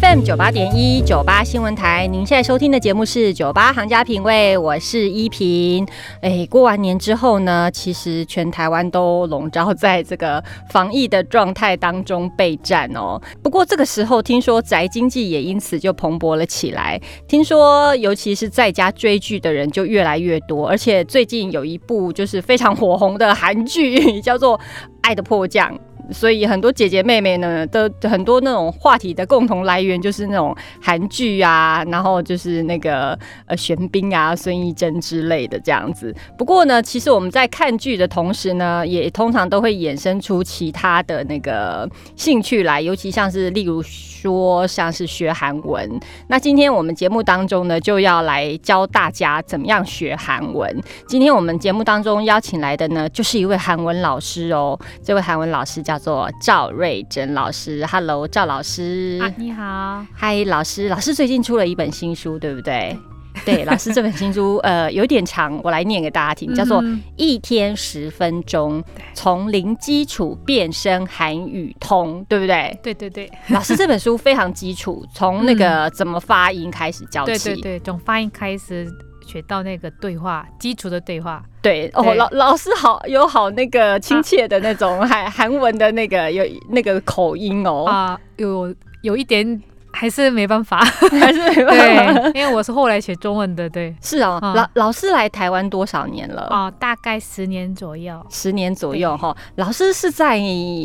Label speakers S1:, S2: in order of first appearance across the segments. S1: FM 九八点一九八新闻台，您现在收听的节目是《九八行家品味》，我是依萍。哎，过完年之后呢，其实全台湾都笼罩在这个防疫的状态当中备战哦。不过这个时候，听说宅经济也因此就蓬勃了起来。听说，尤其是在家追剧的人就越来越多，而且最近有一部就是非常火红的韩剧，叫做《爱的迫降》。所以很多姐姐妹妹呢，都很多那种话题的共同来源就是那种韩剧啊，然后就是那个呃玄彬啊、孙艺珍之类的这样子。不过呢，其实我们在看剧的同时呢，也通常都会衍生出其他的那个兴趣来，尤其像是例如说像是学韩文。那今天我们节目当中呢，就要来教大家怎么样学韩文。今天我们节目当中邀请来的呢，就是一位韩文老师哦，这位韩文老师叫。做赵瑞珍老师，Hello，赵老师，
S2: 啊，你好，
S1: 嗨，老师，老师最近出了一本新书，对不对？对，老师这本新书呃有点长，我来念给大家
S2: 嗯
S1: 听，叫做《一天十分钟，从零基础变身韩语通》，对不对？
S2: 对对对，
S1: 老师这本书非常基础，从那个怎么发音开始教
S2: 对
S1: 起。
S2: 对对，从发音开始学到那个对话，基础的对话，
S1: 对啊哦，
S2: 对
S1: 老老师好，有好那个亲切的那种韩韩文的那个有那个口音哦，
S2: 啊、有有一点还是没办法，
S1: 还是没办法
S2: 对，因为我是后来学中文的，对，
S1: 是哦，
S2: 嗯
S1: 老老师来台湾多少年了？
S2: 啊、大概十年左右，
S1: 十年左右哈。老师是在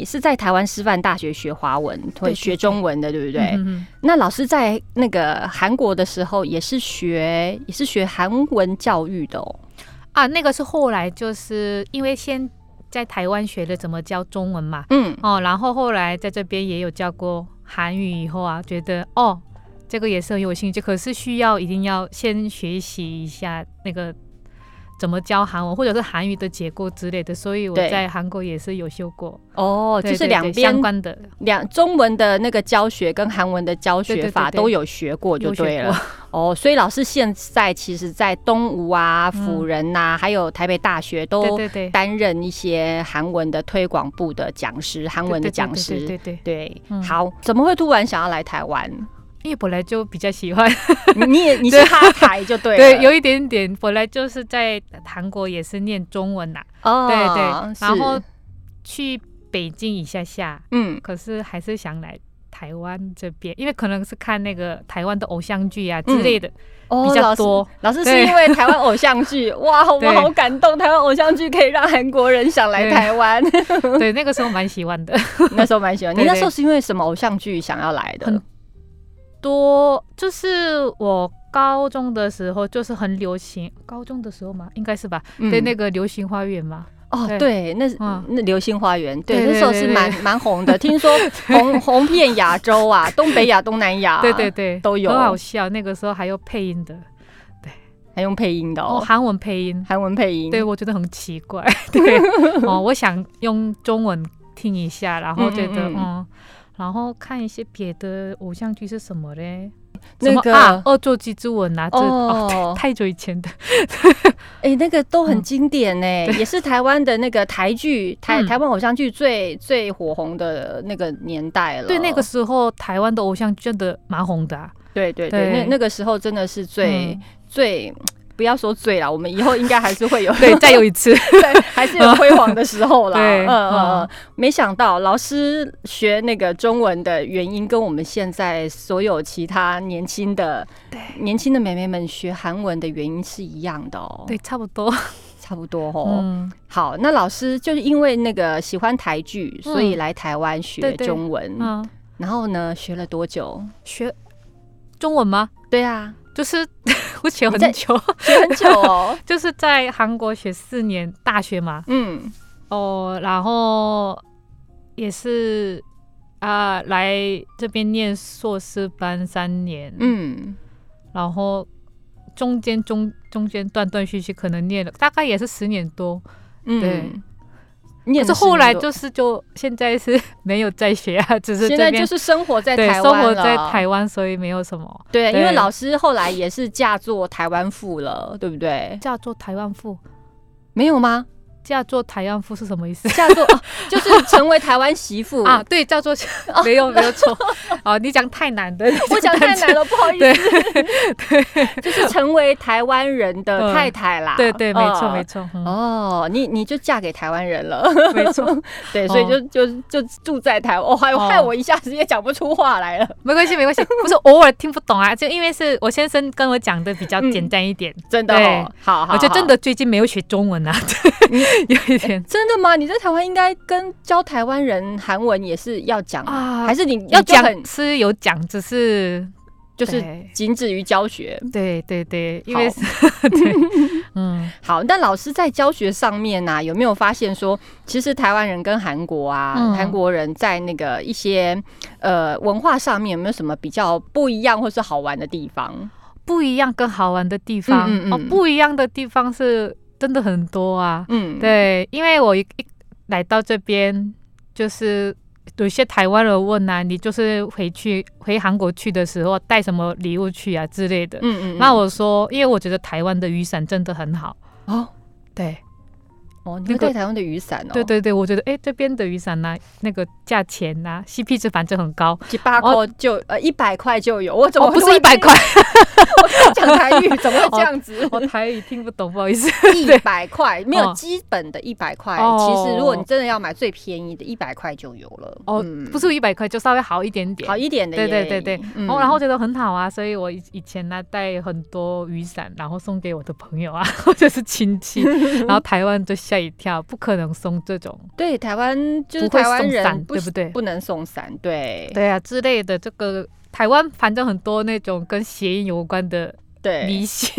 S1: 是在台湾师范大学学华文，会
S2: 对
S1: 学中文的，对不对？
S2: 嗯哼哼
S1: 那老师在那个韩国的时候，也是学也是学韩文教育的哦。
S2: 啊，那个是后来就是因为先在台湾学了怎么教中文嘛，
S1: 嗯，
S2: 哦，然后后来在这边也有教过韩语，以后啊，觉得哦，这个也是很有兴趣，可是需要一定要先学习一下那个怎么教韩文，或者是韩语的结构之类的，所以我
S1: 对
S2: 在韩国也是有修过，
S1: 哦，
S2: 对
S1: 就是
S2: 对
S1: 两
S2: 对
S1: 边
S2: 相关的，
S1: 两中文的那个教学跟韩文的教
S2: 对
S1: 学
S2: 对对
S1: 法
S2: 对
S1: 都有学过就
S2: 有学
S1: 对了
S2: 过。
S1: 哦，所以老师现在其实，在东吴啊、辅仁呐、还有台北大学都
S2: 对对对，
S1: 担任一些韩文的推广部的讲师，韩文的讲
S2: 对对对
S1: 师。
S2: 对对对
S1: 对，
S2: 嗯
S1: 好，怎么会突然想要来台 湾？
S2: 因为本来就比较喜欢，
S1: 你你也你是哈台就对了，啊
S2: 对，有一点点，本来就是在韩国也是念中文呐、
S1: 哦，
S2: 对对，
S1: 是
S2: 然后去北京一下下，
S1: 嗯，
S2: 可是还是想来台湾这边，因为可能是看那个台湾的偶像剧啊之类的，
S1: 哦
S2: 比较
S1: 老师
S2: 多
S1: 老师是
S2: 对
S1: 因为台湾偶像剧，哇，我
S2: 对
S1: 们好感动，台湾偶像剧可以让韩国人想来
S2: 对
S1: 台 湾。
S2: 对，那个时候蛮喜欢的。
S1: 那时候蛮喜欢。你
S2: 对对
S1: 那时候是因为什么偶像剧想要来的
S2: 很？ 多就是我高中的时候就是很流行，高中的时候嘛，应该是吧？
S1: 嗯
S2: 对，那个《流星花园》嘛，
S1: 哦，
S2: 对
S1: 对，那
S2: 嗯
S1: 那《流星花园》对，
S2: 对对
S1: 那时候是
S2: 对对
S1: 蛮蛮红 的，听说红红遍亚洲啊，东北亚、东南亚，啊
S2: 对对，对，
S1: 都有
S2: 很好笑。那个时候还有配音的，
S1: 还用配音的
S2: 哦，
S1: 哦，
S2: 韩文配音，
S1: 韩文配音，
S2: 对我觉得很奇怪。 对，哦，我想用中文听一下，然后觉
S1: 嗯
S2: 得
S1: 嗯
S2: 嗯
S1: 嗯
S2: 然后看一些别的偶像剧是什么嘞？
S1: 那
S2: 什
S1: 个
S2: 么啊，恶作剧之吻啊，这
S1: 哦
S2: 哦对太久以前的，
S1: 哎，那个都很
S2: 嗯
S1: 经典呢，也是台湾的那个台剧、台
S2: 嗯
S1: 台湾偶像剧最最火红的那个年代了。
S2: 对，啊那个时候台湾的偶像剧真的蛮红的、啊，
S1: 对对对，
S2: 对
S1: 那那个时候真的是最
S2: 嗯
S1: 最。不要说最啦，我们以后应该还是会有
S2: 对，再有一次，
S1: 对，还是有辉煌的时候啦。
S2: 嗯 对
S1: 嗯嗯嗯
S2: 嗯，
S1: 没想到老师学那个中文的原因，跟我们现在所有其他年轻的年轻的妹妹们学韩文的原因是一样的哦。
S2: 对，，差不多，
S1: 差不多哦。
S2: 嗯，
S1: 好，那老师就是因为那个喜欢台剧，所以来台湾学
S2: 嗯对对
S1: 中文。
S2: 啊，
S1: 然后呢，学了多久？
S2: 学中文吗？
S1: 对啊，
S2: 就是 我学
S1: 你在
S2: 很久，
S1: 学很久哦。
S2: 就是在韩国学四年大学嘛，
S1: 嗯，
S2: 哦，然后也是啊、来这边念硕士班三年，，
S1: 嗯，
S2: 然后中间中中间断断续续，可能念了大概也是十年多，
S1: 嗯，
S2: 对。
S1: 你也
S2: 可是后来就是就现在是 没有在学啊，只是
S1: 现
S2: 这
S1: 在就
S2: 边
S1: 是生活在
S2: 对
S1: 台
S2: 生
S1: 湾
S2: 活
S1: 了
S2: 在台湾，所以没有什么
S1: 对，因为
S2: 对
S1: 老师后来也是嫁做台湾妇了，对不对？
S2: 叫做台湾妇，
S1: 没有吗？
S2: 叫做台湾夫是什么意思？
S1: 嫁做、哦、就是成为台湾媳妇
S2: 啊，，对，叫做 没有没 有错。哦，你讲太难的，
S1: 我讲太难了，不好意
S2: 对
S1: 思， 就是成为台湾人的
S2: 嗯
S1: 太太啦。
S2: 对对，没错
S1: 嗯
S2: 没错。嗯
S1: 哦，你你就嫁给台湾人 了，
S2: 没错，
S1: 对，所以就就就住在台湾，哦，还有
S2: 哦
S1: 害我一下子也讲不出话来了，
S2: 没关系，没关系，不是偶尔听不懂啊，就因为是我先生跟我讲的比较简单一点，
S1: 真的
S2: 对
S1: 哦，好嗯好，
S2: 我觉得
S1: 好嗯
S2: 真的最近没有学中文啊， 有一点
S1: 真的吗？你在台湾应该跟教台湾人韩文也是要讲，
S2: 啊，
S1: 还是你
S2: 要
S1: 你就很
S2: 讲是有讲，只是
S1: 就是
S2: 对
S1: 仅止于教学？
S2: 对对对，因为
S1: 好
S2: 是 对， 嗯，
S1: 好，那老师在教学上面呢、有没有发现说，其实台湾人跟韩国啊，
S2: 嗯
S1: 韩、国人在那个一些呃文化上面有没有什么比较不一样或是好玩的地方？
S2: 不一样跟好玩的地方
S1: 嗯嗯
S2: 哦
S1: 嗯，
S2: 不一样的地方是真的很多啊，
S1: 嗯，，
S2: 对，因为我一一来到这边，就是有些台湾人问啊，你就是回去回韩国去的时候带什么礼物去啊之类的。
S1: 嗯嗯，
S2: 那
S1: 我
S2: 我说，因为我觉得台湾的雨伞真的很好。
S1: 哦
S2: 对
S1: 哦，你
S2: 那
S1: 会
S2: 个
S1: 带台湾的雨伞哦，
S2: 对，对对，我觉得哎，这边的雨伞呢、那个价钱呐、CP 值反正 很高。
S1: 几八块就、呃一百块就有，我怎么
S2: 哦，
S1: 会
S2: 不
S1: 突
S2: 是一
S1: 然
S2: 百块，哦
S1: 间 讲台 语？怎么会这样子？
S2: 我台语听不懂，不好意 思。
S1: 一百块没有
S2: 哦
S1: 基本的一百块，
S2: 哦
S1: 其实如果你真的要买最便宜的，一百块就有了。
S2: 哦，
S1: 嗯
S2: 不是一百块，就稍微好一点点。
S1: 好一点的也
S2: 对
S1: 有，
S2: 对对对，
S1: 嗯
S2: 哦，然后觉得很好啊，所以我以以前呢带很多雨伞，然后送给我的朋友啊， 或者是 亲戚，然后台湾就吓一跳，不可能送这种，
S1: 对台湾就是
S2: 不会
S1: 台湾
S2: 送
S1: 人
S2: 伞对不对
S1: 不能送伞，对
S2: 对啊之类的。这个台湾反正很多那种跟谐音有关的迷
S1: 对，
S2: 信，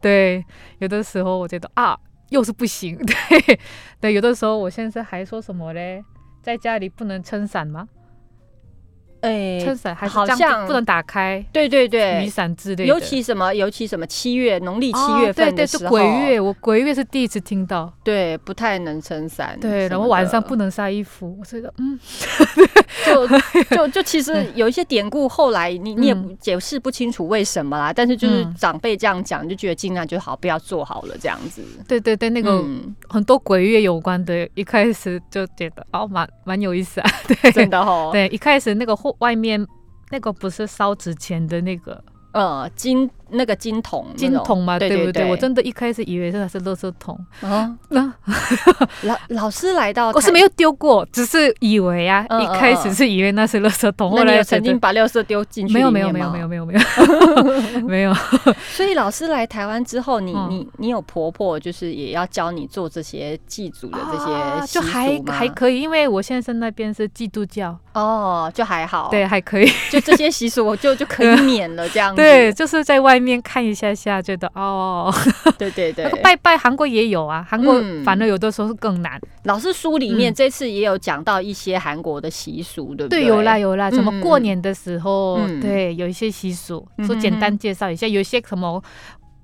S2: 对，有的时候我觉得啊，又是不行，对对，有的时候我现在还说什么嘞？在家里不能撑伞吗？撑
S1: 哎，
S2: 伞还是
S1: 好
S2: 这样
S1: 像
S2: 不能打开
S1: 对对
S2: 雨
S1: 对，
S2: 伞之类的。
S1: 尤其什么尤其什么七月农历七月
S2: 哦、对
S1: 份
S2: 对
S1: 的
S2: 是
S1: 时候，
S2: 鬼月，我鬼月是第一次听到。
S1: 对不太能撑伞，
S2: 对，然后晚上不
S1: 能，
S2: 能晒衣服，我觉得嗯，
S1: 就就就其实有一些典故，后来你你也不解释不清楚为什么啦，但是就是
S2: 嗯
S1: 长辈这样讲，就觉得尽量就好，不要做好了这样子。
S2: 对对对，那个
S1: 嗯，
S2: 很多鬼月有关的，一开始就觉得哦，蛮蛮有意思啊，对
S1: 真的哦，
S2: 对，一开始那个后外面那个不是烧纸钱的那个
S1: 呃，金那个金桶那种，
S2: 金桶嘛，
S1: 对
S2: 不
S1: 对
S2: 我真的一开始以为它是垃圾桶，
S1: 啊，
S2: 那哦
S1: 老老师来到台，
S2: 我是没有丢过，只是以为啊，
S1: 哦嗯
S2: 一开始是以为那是垃圾桶，
S1: 那
S2: 哦后
S1: 你
S2: 来
S1: 有
S2: 觉
S1: 曾
S2: 得
S1: 经把六色丢进去
S2: 没有
S1: 里
S2: 没有
S1: 面
S2: 没有
S1: 吗
S2: 没有没有没有 没有，
S1: 所以老师来台湾之后，你
S2: 嗯
S1: 你你有婆婆就是也要教你做这些祭祖的这些
S2: 啊
S1: 习
S2: 就还
S1: 俗吗？
S2: 还可以，因为我先生那边是基督教，
S1: 哦，就还好，
S2: 对，，还可以，
S1: 就这些习俗我就就可以免了这样子。
S2: 对，就是在外面看一下下，觉得哦，
S1: 对对对
S2: 那个 拜拜韩国也有啊，韩国
S1: 嗯
S2: 反而有的时候是更难，
S1: 老师书里面
S2: 嗯
S1: 这次也有讲到一些韩国的习俗，对不
S2: 对，
S1: 对，
S2: 有啦有啦，什
S1: 嗯
S2: 么
S1: 嗯
S2: 过年的时候，
S1: 嗯
S2: 对，有一些习俗，
S1: 嗯
S2: 说
S1: 哼
S2: 简单
S1: 哼
S2: 介绍一下，有一些什么。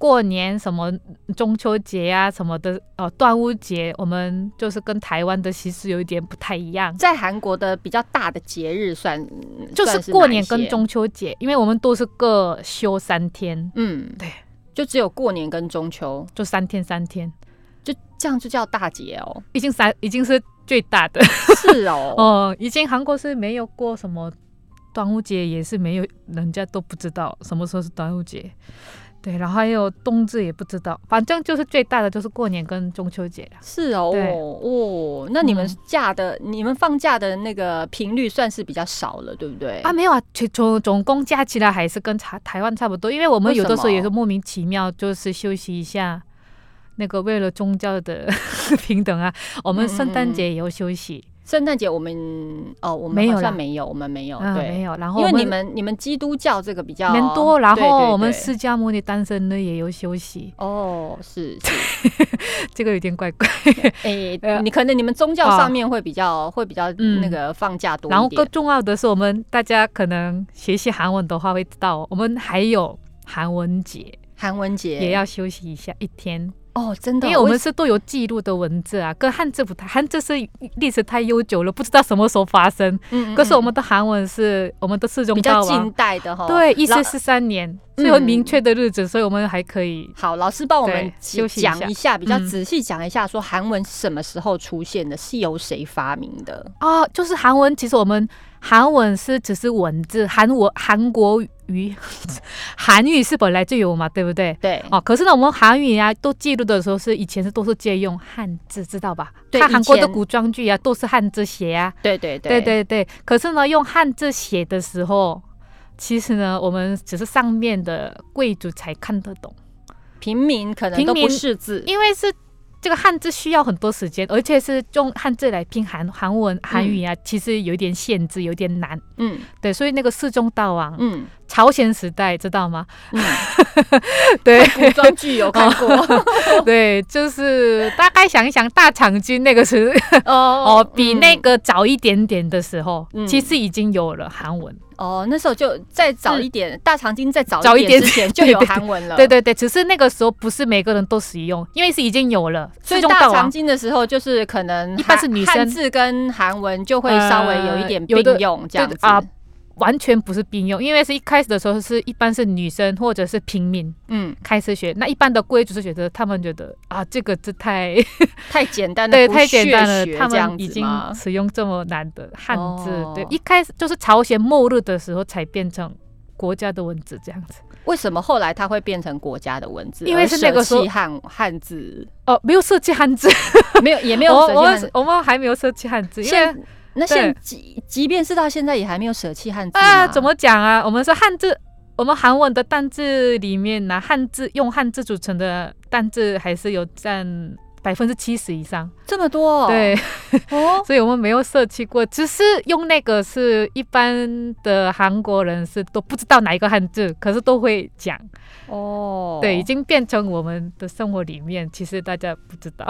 S2: 过年什么中秋节啊什么的，呃，端午节，我们就是跟台湾的习俗有一点不太一样，
S1: 在韩国的比较大的节日算嗯
S2: 就
S1: 算
S2: 是过
S1: 哪一
S2: 年
S1: 些
S2: 跟中秋节，因为我们都是各休三天，
S1: 嗯
S2: 对，
S1: 就只有过年跟中秋，
S2: 就三天三天，
S1: 就这样就叫大节 哦。
S2: 已经三已经是最大的，
S1: 是哦，
S2: 哦，以前韩国是没有过什么端午节，也是没有，人家都不知道什么时候是端午节。对，然后还有冬至也不知道，反正就是最大的就是过年跟中秋节了。
S1: 是哦，
S2: 对
S1: 哦，那你们
S2: 嗯
S1: 假的、你们放假的那个频率算是比较少了，对不对？
S2: 啊，没有啊，全总总共加起来还是跟台台湾差不多，因为我们有的时候
S1: 为什么
S2: 也是莫名其妙，就是休息一下。那个为了宗教的 平等啊，我
S1: 嗯
S2: 们圣诞节也要休息，
S1: 圣诞节我们哦，我们
S2: 没有
S1: 好像
S2: 啦
S1: 没有，我们没有，
S2: 嗯，
S1: 哦对，
S2: 没有。然后
S1: 因为
S2: 我
S1: 你们你们基督教这个比较
S2: 人多，然
S1: 哦对对
S2: 后我们
S1: 对
S2: 释迦牟尼单身呢也有休息，
S1: 哦，是是，
S2: 这个有 点怪怪。
S1: 哎、
S2: 呃
S1: 你可能你们宗教
S2: 啊
S1: 上面会比较、会比较
S2: 嗯
S1: 那个放假多一点，
S2: 然后更重要的是，我们大家可能学习韩文的话会知道，我们还有韩文节
S1: 韩文节
S2: 也要休息一下一天。
S1: 哦，真的嗯
S2: 因
S1: 哦，
S2: 为我们
S1: 为
S2: 是都有记录的文字啊，跟汉字不太，汉字是历史太悠久了，不知道什么时候发生。
S1: 嗯嗯
S2: 可是
S1: 嗯
S2: 我们的韩文是我们的四中
S1: 比
S2: 道
S1: 较
S2: 啊
S1: 近，哦嗯代的哈，
S2: 对，一
S1: 老
S2: 四四三年，所以有明确的日子，所以我们还可以。
S1: 好，老师帮我们
S2: 对
S1: 解
S2: 休息一下
S1: 讲一下，比较
S2: 嗯
S1: 仔细讲一下，说韩文什么时候出现的，是由谁发明的？
S2: 啊，就是韩文，其实我们韩文是只是文字，韩文韩国语， 韩语是本来就有嘛，对不对？
S1: 对，
S2: 哦，可是呢，我们韩语啊，都记录的时候是以前是都是借用汉字，知道吧？
S1: 对
S2: 看
S1: 以
S2: 韩国的
S1: 前
S2: 古装剧啊，都是汉字写啊。
S1: 对对
S2: 对对对，可是呢，用汉字写的时候，其实呢，我们只是上面的贵族才看得懂，
S1: 平民可能都
S2: 平
S1: 不
S2: 民
S1: 识字，
S2: 因为是这个汉字需要很多时间，而且是用汉字来拼韩韩文韩语啊，其实有一点限制，有点难。
S1: 嗯
S2: 对，所以那个世宗大王，
S1: 嗯
S2: 朝鲜时代知道吗？
S1: 嗯，
S2: 对
S1: 古装剧有看 过
S2: 哦对，就是大概想一想，大长今那个时
S1: 哦
S2: 哦，比那
S1: 嗯
S2: 个早一点点的时候，
S1: 嗯
S2: 其实已经有了韩文。
S1: 哦，那时候就再早一点，大长今再早
S2: 早
S1: 一
S2: 一点
S1: 之前就
S2: 对
S1: 有
S2: 对
S1: 韩文了，
S2: 嗯对对对，只是那个时候不是每个人都使用，因为是已经有了。
S1: 所以
S2: 世宗
S1: 大
S2: 大
S1: 长
S2: 王
S1: 今的时候，就是可能
S2: 啊一般
S1: 汉
S2: 是女
S1: 汉
S2: 生
S1: 字跟韩文就会稍微有一点
S2: 呃
S1: 并
S2: 有的
S1: 用这样子
S2: 对啊完全不是并用，因为是一开始的时候是一般是女生或者是平民
S1: 嗯，
S2: 开始学，那一般的贵族是觉得他们觉得啊这个字太
S1: 太简单的
S2: 对
S1: 不
S2: 太简
S1: 屑
S2: 单了，
S1: 学
S2: 他
S1: 这样
S2: 们已
S1: 子
S2: 经
S1: 吗
S2: 使用这么难的汉字，
S1: 哦
S2: 对，一开始就是朝鲜末日的时候才变成。国家的文字这样子，
S1: 为什么后来它会变成国家的文字？
S2: 因为
S1: 而
S2: 是那个时候
S1: 舍弃汉汉字，
S2: 哦，没有设计汉字，
S1: 没有也 没
S2: 没
S1: 有舍
S2: 我
S1: 弃汉
S2: 们
S1: 字。
S2: 我们还没有设计汉字，因为
S1: 现那现即即便是到现在也还没有舍弃汉字吗
S2: 啊，怎么讲啊？我们是汉字，我们韩文的单字里面呢、汉字用汉字组成的单字还是有占百分之七十以上。
S1: 这么多？
S2: 对，
S1: 哦，
S2: 所以我们没有设计过，只是用那个是一般的韩国人是都不知道哪一个汉字，可是都会讲。
S1: 哦，
S2: 对，已经变成我们的生活里面，其实大家不知道。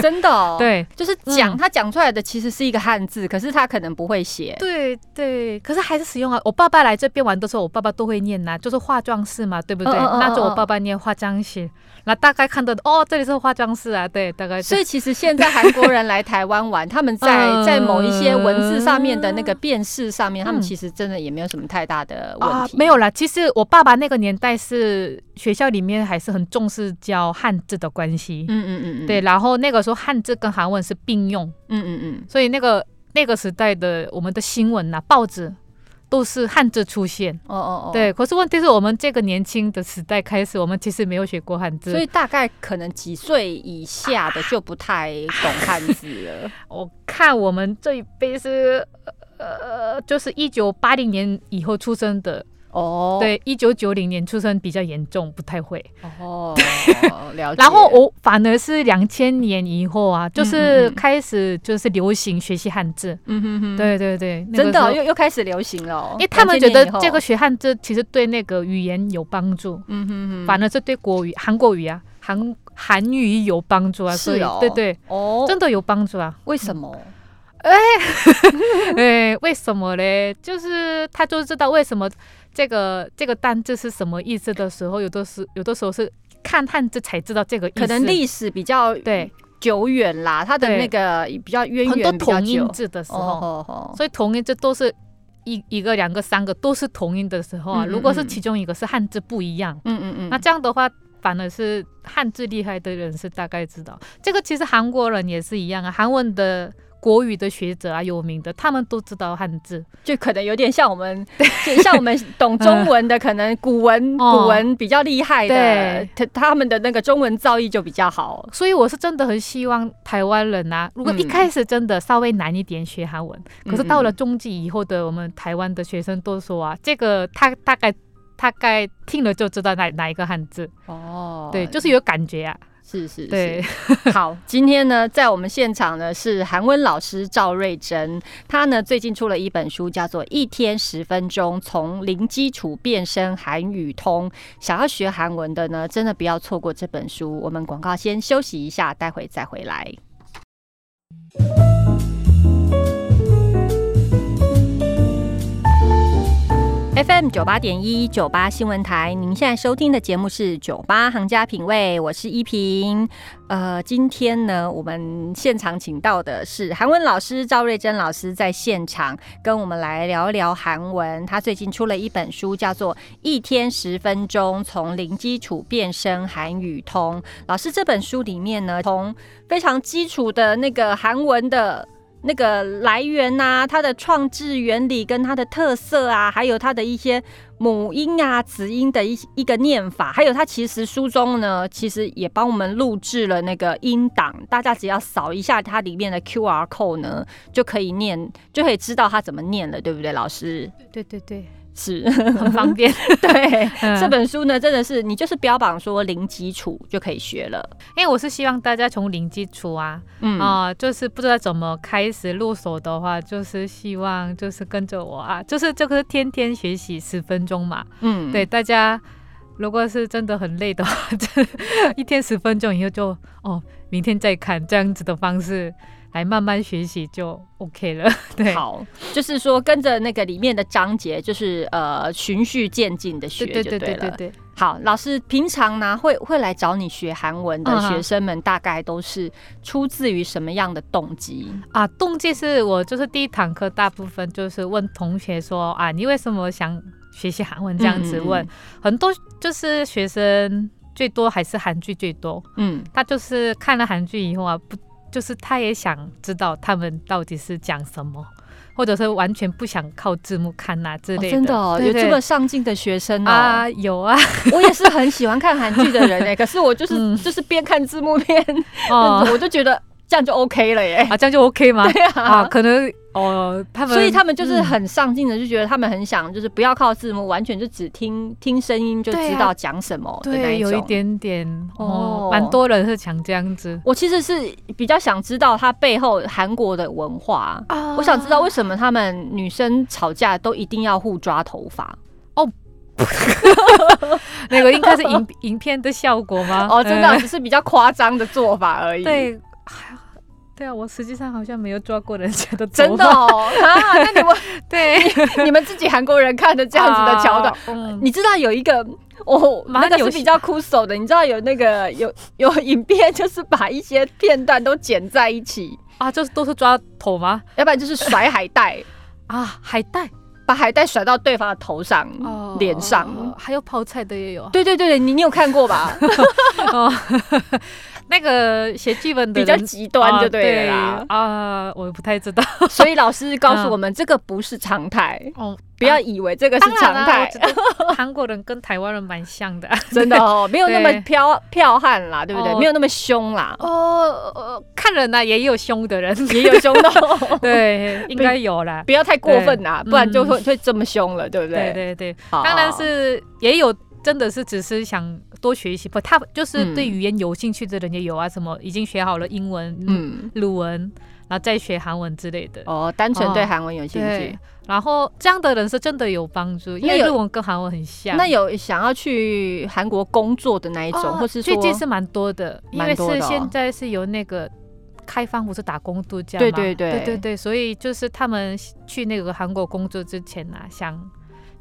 S1: 真的、哦，，
S2: 对。
S1: 就是讲、
S2: 嗯
S1: 他讲出来的其实是一个汉字，可是他可能不会写。
S2: 对对，可是还是使用啊。我爸爸来这边玩的时候，我爸爸都会念呐、就是化妆室嘛，对不对？
S1: 嗯嗯嗯
S2: 那时
S1: 嗯嗯
S2: 候我爸爸念化妆室，那大概看到哦，这里是化妆室啊，对，大概
S1: 所
S2: 以
S1: 以其实现在韩国人来台湾玩，他们在
S2: 嗯
S1: 在某一些文字上面的那个辨识上面，他们
S2: 嗯
S1: 其实真的也没有什么太大的问
S2: 啊
S1: 题。
S2: 没有啦。其实我爸爸那个年代是学校里面还是很重视教汉字的关系，
S1: 嗯，嗯嗯嗯，
S2: 对，，然后那个时候汉字跟韩文是并用，
S1: 嗯嗯嗯，
S2: 所以那个那个时代的我们的新闻呐、报纸都是汉字出现。
S1: 哦哦哦，。
S2: 对，可是问题是我们这个年轻的时代开始，我们其实没有学过汉字，
S1: 所以大概可能几岁以下的就不太懂汉字了。
S2: 我看我们这一辈是呃，就是一九八零年以后出生的，
S1: 哦，
S2: 对，一九九零年出生比较严重，不太会。
S1: 哦， 了解。
S2: 然后我反而是两千年以后啊，就
S1: 嗯
S2: 是
S1: 嗯嗯
S2: 开始就是流行学习汉字，
S1: 嗯哼哼，
S2: 对对对，那个
S1: 真的哦
S2: 时候
S1: 又又开始流行了哦，
S2: 因为他们觉
S1: 2000
S2: 得
S1: 年以后
S2: 这个，学汉字其实对那个语言有帮助，
S1: 嗯哼哼，
S2: 反而是对国语、韩国语啊、韩韩语有帮助啊，
S1: 是
S2: 所以
S1: 哦
S2: 对对，
S1: 哦，
S2: 真的有帮助啊。
S1: 为什么？
S2: 对，为什么嘞？就是他就知道为什么这个这个单字是什么意思的时候，有的时有的时候是看汉字才知道这个意思。
S1: 可能历史比较
S2: 对
S1: 久远啦，它的
S2: 对
S1: 那个比较渊
S2: 很多
S1: 源比较
S2: 同音
S1: 久。
S2: 字的时候，
S1: 哦哦，
S2: 所以同音字都是一一个、两个、三个都是同音的时候啊。
S1: 嗯嗯
S2: 如果是
S1: 嗯
S2: 其中一个是汉字不一样，
S1: 嗯嗯嗯，
S2: 那这样的话。反而是汉字厉害的人是大概知道，这个其实韩国人也是一样啊。韩文的国语的学者啊，有名的，他们都知道汉字，
S1: 就可能有点像我 们，就像我们懂中文的，可能古文
S2: 哦
S1: 古文比较厉害的
S2: 对，
S1: 他他们的那个中文造诣就比较好。
S2: 所以我是真的很希望台湾人啊，如果
S1: 嗯
S2: 一开始真的稍微难一点学韩文，可是到了
S1: 嗯
S2: 中级以后的我们台湾的学生都说啊，这个他大概大概听了就知道哪哪一个汉字，
S1: 哦
S2: 对，就是有感觉啊，
S1: 是是
S2: 对，
S1: 是 好，今天呢，在我们现场呢是韩文老师赵瑞珍，他呢最近出了一本书，叫做《一天十分钟：从零基础变身韩语通》。想要学韩文的呢，真的不要错过这本书。我们广告先休息一下，待会再回来。 FM 九八点一九八新闻台，您现在收听的节目是《九八行家品味》，我是依萍。呃，今天呢，我们现场请到的是韩文老师赵瑞珍老师，在现场跟我们来聊一聊韩文。他最近出了一本书，叫做《一天十分钟：从零基础变身韩语通》。老师这本书里面呢，从非常基础的那个韩文的那个来源呐、它的创制原理跟它的特色啊，还有它的一些母音啊、子音的一一个念法，还有它其实书中呢，其实也帮我们录制了那个音档，大家只要扫一下它里面的 Q R code 呢，就可以念，就可以知道它怎么念了，对不对？老师
S2: 对对对，
S1: 是
S2: 很方便。
S1: 对。
S2: 嗯
S1: 这本书呢，真的是你就是标榜说零基础就可以学了，
S2: 因为我是希望大家从零基础啊，
S1: 嗯
S2: 啊、就是不知道怎么开始入手的话，就是希望就是跟着我啊，就是这个天天学习十分钟嘛。
S1: 嗯，
S2: 对大家，如果是真的很累的话，就一天十分钟以后就哦，明天再看这样子的方式来慢慢学习就 OK 了。 对，
S1: 好，就是说跟着那个里面的章节，就是呃循序渐进的学
S2: 对对
S1: 就
S2: 对对
S1: 了。
S2: 对对。
S1: 好，老师平常呢会会来找你学韩文的
S2: 嗯哼
S1: 学生们，大概都是出自于什么样的动机？
S2: 啊，动机是我就是第一堂课，大部分就是问同学说啊，你为什么想学习韩文这样子问，
S1: 嗯
S2: 很多就是学生最多还是韩剧最多，
S1: 嗯
S2: 他就是看了韩剧以后啊，不就是他也想知道他们到底是讲什么，或者是完全不想靠字幕看啊之
S1: 哦
S2: 类的，
S1: 真的、哦、
S2: 对
S1: 有这
S2: 对
S1: 么上进的学生哦。
S2: 啊，有啊，
S1: 我也是很喜欢看韩剧的人 哎、可是我就是、
S2: 嗯
S1: 就是边看字幕边，
S2: 哦
S1: 我就觉得这样就 OK 了耶。
S2: 啊，这样就 OK 吗？
S1: 对
S2: 啊，
S1: 啊。
S2: 可能哦，他们
S1: 所以他们就是
S2: 嗯
S1: 很上进的，就觉得他们很想，就是不要靠字幕，完全就只听听声音就
S2: 对啊
S1: 知道讲什么的那
S2: 对，有一
S1: 种。
S2: 点点
S1: 哦
S2: 哦，蛮多人是想这样子。
S1: 我其实是比较想知道它背后韩国的文化。
S2: 啊
S1: 我想知道为什么他们女生吵架都一定要互抓头发？
S2: 那个应该是 影影片的效果吗？
S1: 哦，真的啊
S2: 呃
S1: 只是比较夸张的做法而已。，
S2: 对，对啊，我实际上好像没有抓过人家的 头发
S1: 真的哦。 啊，那你们
S2: 对
S1: 你们自己韩国人看的这样子的桥段，
S2: 啊嗯
S1: 你知道有一个哦，
S2: 蛮
S1: 那个
S2: 有
S1: 是
S2: 趣
S1: 比较枯手的。你知道有那个有 有影片，就是把一些片段都剪在一起，
S2: 啊，就是都是抓头吗？
S1: 要不然就是甩海带，
S2: 啊，海带嗯
S1: 把海带甩到对方的头上、脸上。
S2: 哦还有泡菜的也有
S1: 对对对，你你有看过吧？
S2: 哦。 那个写剧本的
S1: 比较
S2: 人
S1: 极端就
S2: 啊
S1: 对了啦。
S2: 啊，我不太知道
S1: 所以老师告诉我们，这个不是常态，
S2: 哦。
S1: 不要以为这个是
S2: 嗯 当
S1: 常
S2: 然啦，我
S1: 态
S2: 觉，得 韩国人跟台湾人蛮像的，
S1: 真的哦，没有那么
S2: 对
S1: 彪彪悍啦，对不对？
S2: 哦
S1: 没有那么凶啦，
S2: 哦，呃看人呐、也有凶的人，
S1: 也有凶的哦，
S2: 对，应该有啦。
S1: 不要太过分啦，
S2: 对
S1: 不然就
S2: 嗯
S1: 会会这么凶了，对不
S2: 对
S1: 对？
S2: 对对，
S1: 好
S2: 当然是也有真的是只是想多学习，不，他就是
S1: 嗯
S2: 对语言有兴趣的人也有啊，什么已经学好了英文、嗯，
S1: 嗯。
S2: 鲁文，然后再学韩文之类的。
S1: 哦，单纯对
S2: 哦
S1: 韩文有兴趣
S2: 对。，然后这样的人是真的有帮助，因
S1: 那
S2: 为
S1: 有
S2: 日文跟韩文很像。
S1: 那有想要去韩国工作的那一种，
S2: 哦
S1: 或是说
S2: 最，近是蛮多的，因
S1: 蛮
S2: 为
S1: 多的
S2: 是
S1: 哦
S2: 现在是由那个开放不是打工度假
S1: 对
S2: 嘛
S1: 对对
S2: 对对对，所以就是他们去那个韩国工作之前啊，想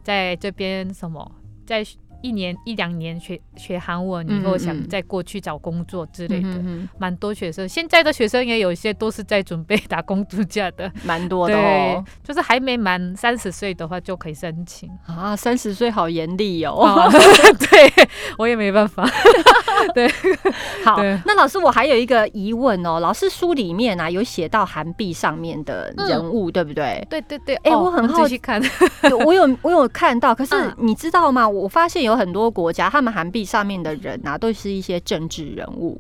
S2: 在这边什么，在一年一两年学学韩文以后，
S1: 嗯嗯
S2: 想再过去找工作之类的，
S1: 嗯哼
S2: 蛮多学生。现在的学生也有一些都是在准备 打工度假的，
S1: 哼蛮多的
S2: 对
S1: 哦。，
S2: 就是还没满三十岁的话就可以申请。
S1: 啊，三十岁好严厉哦。
S2: 哦、 对我也没办法。
S1: 好
S2: 对，
S1: 那老师，我还有一个疑问哦。老师书里面啊有写到韩币上面的人
S2: 嗯
S1: 物，对不 对？
S2: 对对对，
S1: 哎
S2: 哦
S1: 我很好
S2: 仔细看。
S1: 对我有我有看到，可是
S2: 嗯
S1: 你知道吗？我发现有很多国家，他们韩币上面的人啊，都是一些政治人物，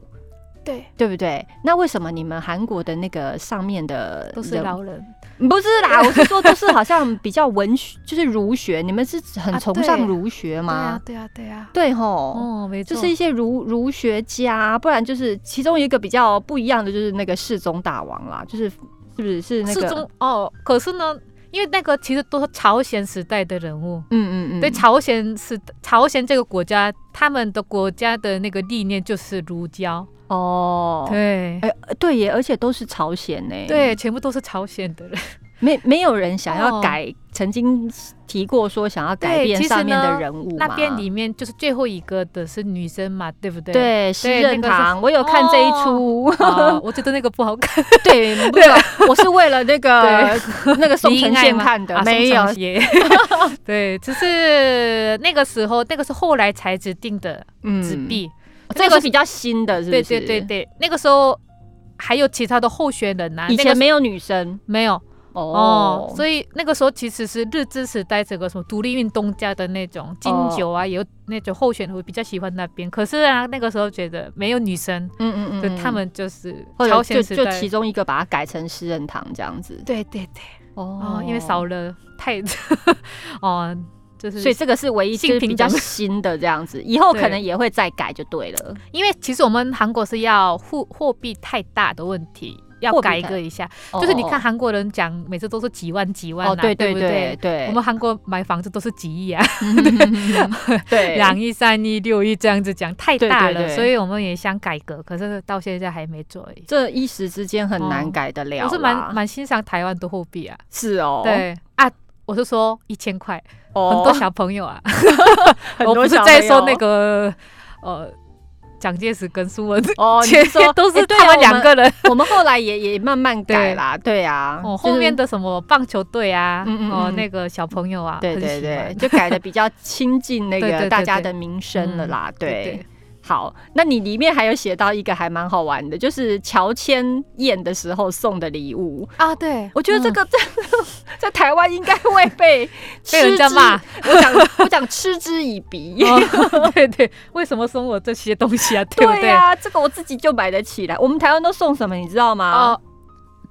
S2: 对，
S1: 对不对？那为什么你们韩国的那个上面的
S2: 都是
S1: 人
S2: 老人，
S1: 不是 啦，我是说都是好像比较文学，就是儒学，你们是很
S2: 啊
S1: 崇
S2: 对
S1: 尚儒学
S2: 对啊
S1: 吗？，
S2: 对啊，对啊，
S1: 对吼。
S2: 哦，没
S1: 就
S2: 错，
S1: 是一些儒儒学家，不然就是其中一个比较不一样的，就是那个世宗大王啦，就是是不是是那
S2: 是
S1: 个
S2: 中哦。可是呢，因为那个其实都是朝鲜时代的人物，
S1: 嗯嗯嗯，
S2: 对，朝鲜是朝鲜这个国家，他们的国家的那个理念就是儒教，
S1: 哦，
S2: 对。
S1: 哎、对耶，而且都是朝鲜呢，哦
S2: 对，全部都是朝鲜的人，
S1: 没没有人想要
S2: 哦
S1: 改、曾经提过说想要改
S2: 对
S1: 变
S2: 其实
S1: 上面的
S2: 呢
S1: 人物
S2: 那
S1: 吗
S2: 边里面就是最后一个的是女生嘛，对不对？
S1: 对诗
S2: 对
S1: 任
S2: 那个是
S1: 堂，我有看这一出，
S2: 啊，我觉得那个不好看。
S1: 对，不是，我是为了那个那个宋承宪看
S2: 啊
S1: 的，啊没有，
S2: 耶。 对，只是那个时候，那个是后来才指定的
S1: 嗯
S2: 纸币。
S1: 这个是比较新的，是不
S2: 对
S1: 嗯是？
S2: 对对，对，那个时候还有其他的候选人呐、啊，
S1: 以
S2: 那
S1: 前
S2: 个
S1: 没有女生
S2: 没有哦
S1: 哦，，
S2: 所以那个时候其实是日治时代整个什么独立运动家的那种金九啊，有那种候选人会比较喜欢那边。可是啊，那个时候觉得没有女生，
S1: 嗯嗯嗯，
S2: 就
S1: 嗯
S2: 他。们就是
S1: 或
S2: 朝
S1: 者就
S2: 鲜时
S1: 就
S2: 代
S1: 其。中一个把它改成诗人堂这样子
S2: 对对对，
S1: 哦
S2: 哦，因为少了太， 哦，就是
S1: 所以这个是唯一
S2: 性
S1: 就是比
S2: 平
S1: 较
S2: 等
S1: 新的这样子，以后
S2: 对
S1: 可能也会再改就对了。
S2: 因为其实我们韩国是要货货币太大的问题，要
S1: 货币
S2: 改
S1: 太
S2: 革一下。 就是你看
S1: 哦，
S2: 韩国人讲，每次都是几万几万、啊，
S1: 哦对对
S2: 对不
S1: 对对，
S2: 我们韩国买房子都是几亿啊，
S1: 们对
S2: 两亿、三亿、六亿这样子讲，太大了，
S1: 对对对
S2: 所以我们也想改革，可是到现在还没做而已。
S1: 这一时之间很难
S2: 哦
S1: 改得了啦。
S2: 我是蛮蛮欣赏台湾的货币啊，
S1: 是哦，
S2: 对啊，我是说一千块，
S1: 哦，
S2: 很多小朋友啊，
S1: 很
S2: 我
S1: 多
S2: 不是
S1: 小
S2: 在
S1: 朋
S2: 说
S1: 友
S2: 那个呃蒋介石跟苏文，
S1: 哦，你
S2: 全
S1: 是说
S2: 都是
S1: 诶对
S2: 他
S1: 啊
S2: 们两个人。
S1: 我们，我们后来也也慢慢改啦，对啊，
S2: 哦，
S1: 就是
S2: 后面的什么棒球队啊，
S1: 嗯嗯
S2: 哦，
S1: 嗯
S2: 那个小朋友啊，
S1: 对
S2: 很
S1: 对
S2: 喜
S1: 对，
S2: 欢
S1: 就改的比较亲近那
S2: 对 对
S1: 个
S2: 对
S1: 大家
S2: 对嗯
S1: 的民生了啦，
S2: 对对，
S1: 好，那你里面还有写到一个还蛮好玩的，就是乔迁宴的时候送的礼物。
S2: 啊，对，
S1: 我觉得这
S2: 嗯
S1: 个在、 在台湾应该会 被
S2: 被人
S1: 嗤
S2: 家
S1: 之
S2: 骂，
S1: 我讲我讲嗤之以鼻。
S2: 哦 对对，为什么送我这些东西啊？ 对不对？
S1: 呀、这个我自己就买得起来。我们台湾都送什么，你知道吗？
S2: 哦，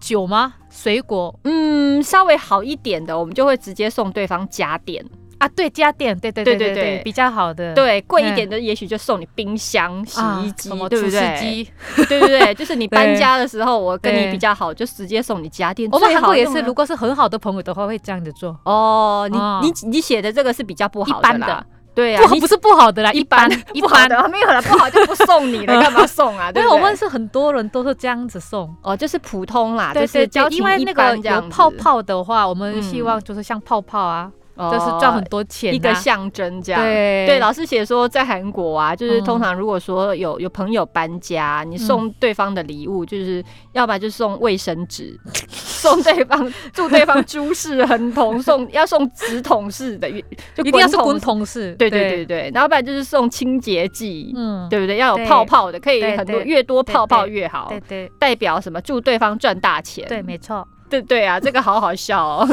S2: 酒吗？水果
S1: 嗯，稍微好一点的，我们就会直接送对方家电。
S2: 啊？对，家电，对对
S1: 对
S2: 对
S1: 对
S2: 对
S1: 对
S2: 对，比较好的，
S1: 对，贵一点的，也许就送你冰箱、洗
S2: 啊，
S1: 衣机，
S2: 什么
S1: 对不
S2: 厨师
S1: 对？
S2: 机，
S1: 对对对，就是你搬
S2: 对
S1: 家的时候，我跟你
S2: 对
S1: 比较好，就直接送你家电。
S2: 我们
S1: 最
S2: 韩
S1: 好
S2: 国也
S1: 用
S2: 是，
S1: 啊
S2: 如果是很好的朋友的话，会这样子做。
S1: 哦，你
S2: 哦
S1: 你你写的这个是比较不好
S2: 一般
S1: 啦
S2: 的，
S1: 对啊
S2: 不，好
S1: 你
S2: 不是不好的啦，一般一
S1: 不好
S2: 般，
S1: 的没有了，不好就不送你 了，干嘛送啊？
S2: 因
S1: 对
S2: 为
S1: 不
S2: 我
S1: 对，
S2: 们是很多人都是这样子送。
S1: 哦，就是普通啦，
S2: 啊对
S1: 就是
S2: 对
S1: 交
S2: 对，
S1: 情
S2: 因为
S1: 一
S2: 那个
S1: 般这
S2: 有
S1: 样子
S2: 泡，泡的话，我们
S1: 嗯
S2: 希望就是像泡泡啊，
S1: 哦
S2: 就是赚很多钱、啊，
S1: 一个象征这样。
S2: 对
S1: 对，老师写说，在韩国啊，就是
S2: 嗯
S1: 通常如果说有有朋友搬家，你送对方的礼物，就是要不然就送卫生纸， 送对方祝对方诸事亨通，送要送直筒式 的，就
S2: 一定要是
S1: 滚
S2: 滚。筒式，
S1: 对对对对，然后不然就是送清洁剂，
S2: 嗯，
S1: 对不对？要有
S2: 对
S1: 泡泡的，可以
S2: 对
S1: 很多，
S2: 对
S1: 越多泡泡
S2: 对
S1: 越好，
S2: 对对
S1: 代表什么？祝对方赚大钱。
S2: 对，没错
S1: 对对啊，这个好好笑 哦，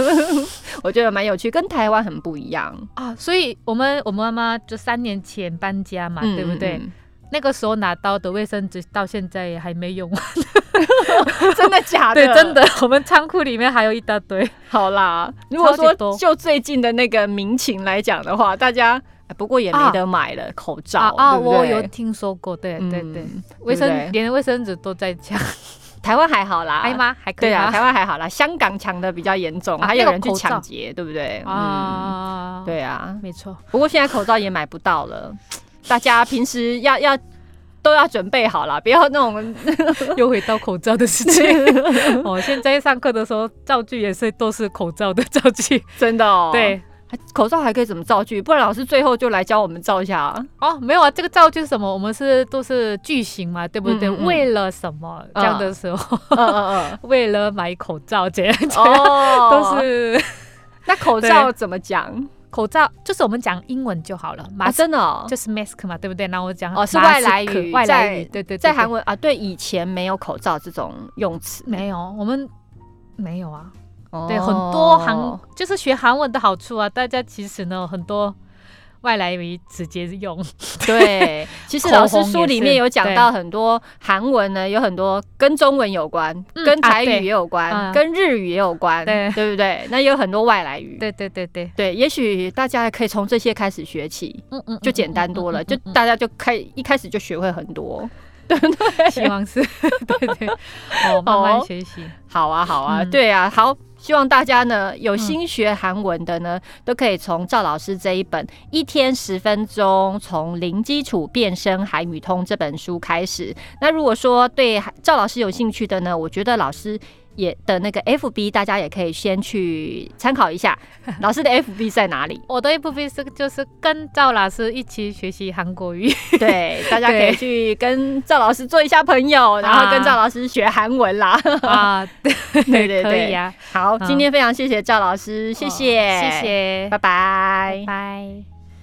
S1: 我觉得蛮有趣，跟台湾很不一样，
S2: 啊。所以我们我妈妈就三年前搬家嘛，
S1: 嗯
S2: 对不对？？
S1: 嗯
S2: 那个时候拿到的卫生纸到现在也还没用
S1: 啊
S2: 完，
S1: 嗯真的假的？
S2: 对，真。的，我们仓库里面还有一大堆。
S1: 好啦，如果说
S2: 超级多
S1: 就最近的那个民情来讲的话，大家哎不过也没得买了，口罩
S2: 啊，
S1: 对不对
S2: 我有听说过，对对对，
S1: 嗯
S2: 卫
S1: 对不对
S2: 生连卫生纸都在抢，
S1: 台湾还好啦，
S2: 还？吗？还哎可以
S1: 对啊，
S2: 吗？
S1: 台湾还好啦，香港抢的比较严重，
S2: 啊
S1: 还有人
S2: 那个
S1: 去
S2: 口罩
S1: 抢劫，对不对？嗯，
S2: 啊，，
S1: 对啊，
S2: 没错。
S1: 不过现在口罩也买不到了，大家平时要要都要准备好了，不要那种
S2: 又回到口罩的事情。 哦，现在上课的时候，造句也是都是口罩的造 句。
S1: 真的哦。
S2: 对，
S1: 口罩还可以怎么造句？不然老师最后就来教我们造一下啊。
S2: 哦，没有啊，这个造句是什么？我们是都是句型嘛，对不对？
S1: 嗯嗯嗯
S2: 为了什么这样的时候，
S1: 嗯 嗯
S2: 为了买口罩这样
S1: 嗯，
S2: 子，
S1: 哦
S2: 都是
S1: 那口罩怎么讲
S2: 口罩，就是我们讲英文就好了嘛。
S1: 啊？真的哦
S2: 就是 mask 嘛，对不对？然后我讲
S1: 哦是
S2: mask，
S1: 外来语
S2: 外来语，
S1: 在
S2: 对对对，
S1: 在韩
S2: 对
S1: 文啊，对，以前没有口罩这种用词，
S2: 没有，我们没有啊。哦
S1: 哦
S2: 对，很多韩就是学韩文的好处啊，大家其实呢很多外来语直接用，
S1: 对。其实
S2: 口
S1: 老师
S2: 红
S1: 书
S2: 也
S1: 里
S2: 是
S1: 面有讲
S2: 对
S1: 到很多韩文呢，有很多跟中文有关，
S2: 嗯
S1: 跟
S2: 啊
S1: 台语
S2: 对
S1: 也有关，
S2: 嗯
S1: 跟日语也有关，
S2: 对
S1: 对不对？那也有很多外来语，
S2: 对对对对，
S1: 对，也许大家可以从这些开始学起，
S2: 嗯嗯，
S1: 就简单多了，就
S2: 嗯
S1: 大家就开一开始就学会很多。
S2: 希望是， 对对，哦，慢慢学习，
S1: 好啊，好啊，
S2: 嗯
S1: 对啊，好。希望大家呢有新学韩文的
S2: 嗯
S1: 呢，都可以从赵老师这一本《一天十分钟：从零基础变身韩语通》这本书开始。那如果说对韩赵老师有兴趣的呢，我觉得老师也的那个 FB，大家也可以先去参考一下老师的 FB 在哪 里。
S2: 我的 FB 是就是跟赵老师一起学习韩国语，
S1: 对，大家可以
S2: 对
S1: 去跟赵老师做一下朋友，然后跟
S2: 啊
S1: 赵老师学韩文啦。
S2: 啊， 对
S1: 对对
S2: 可以啊
S1: 对，
S2: 呀、
S1: 好，
S2: 嗯哦
S1: 今天非常谢谢赵老师，谢谢，
S2: 谢，谢，
S1: 拜拜
S2: 拜。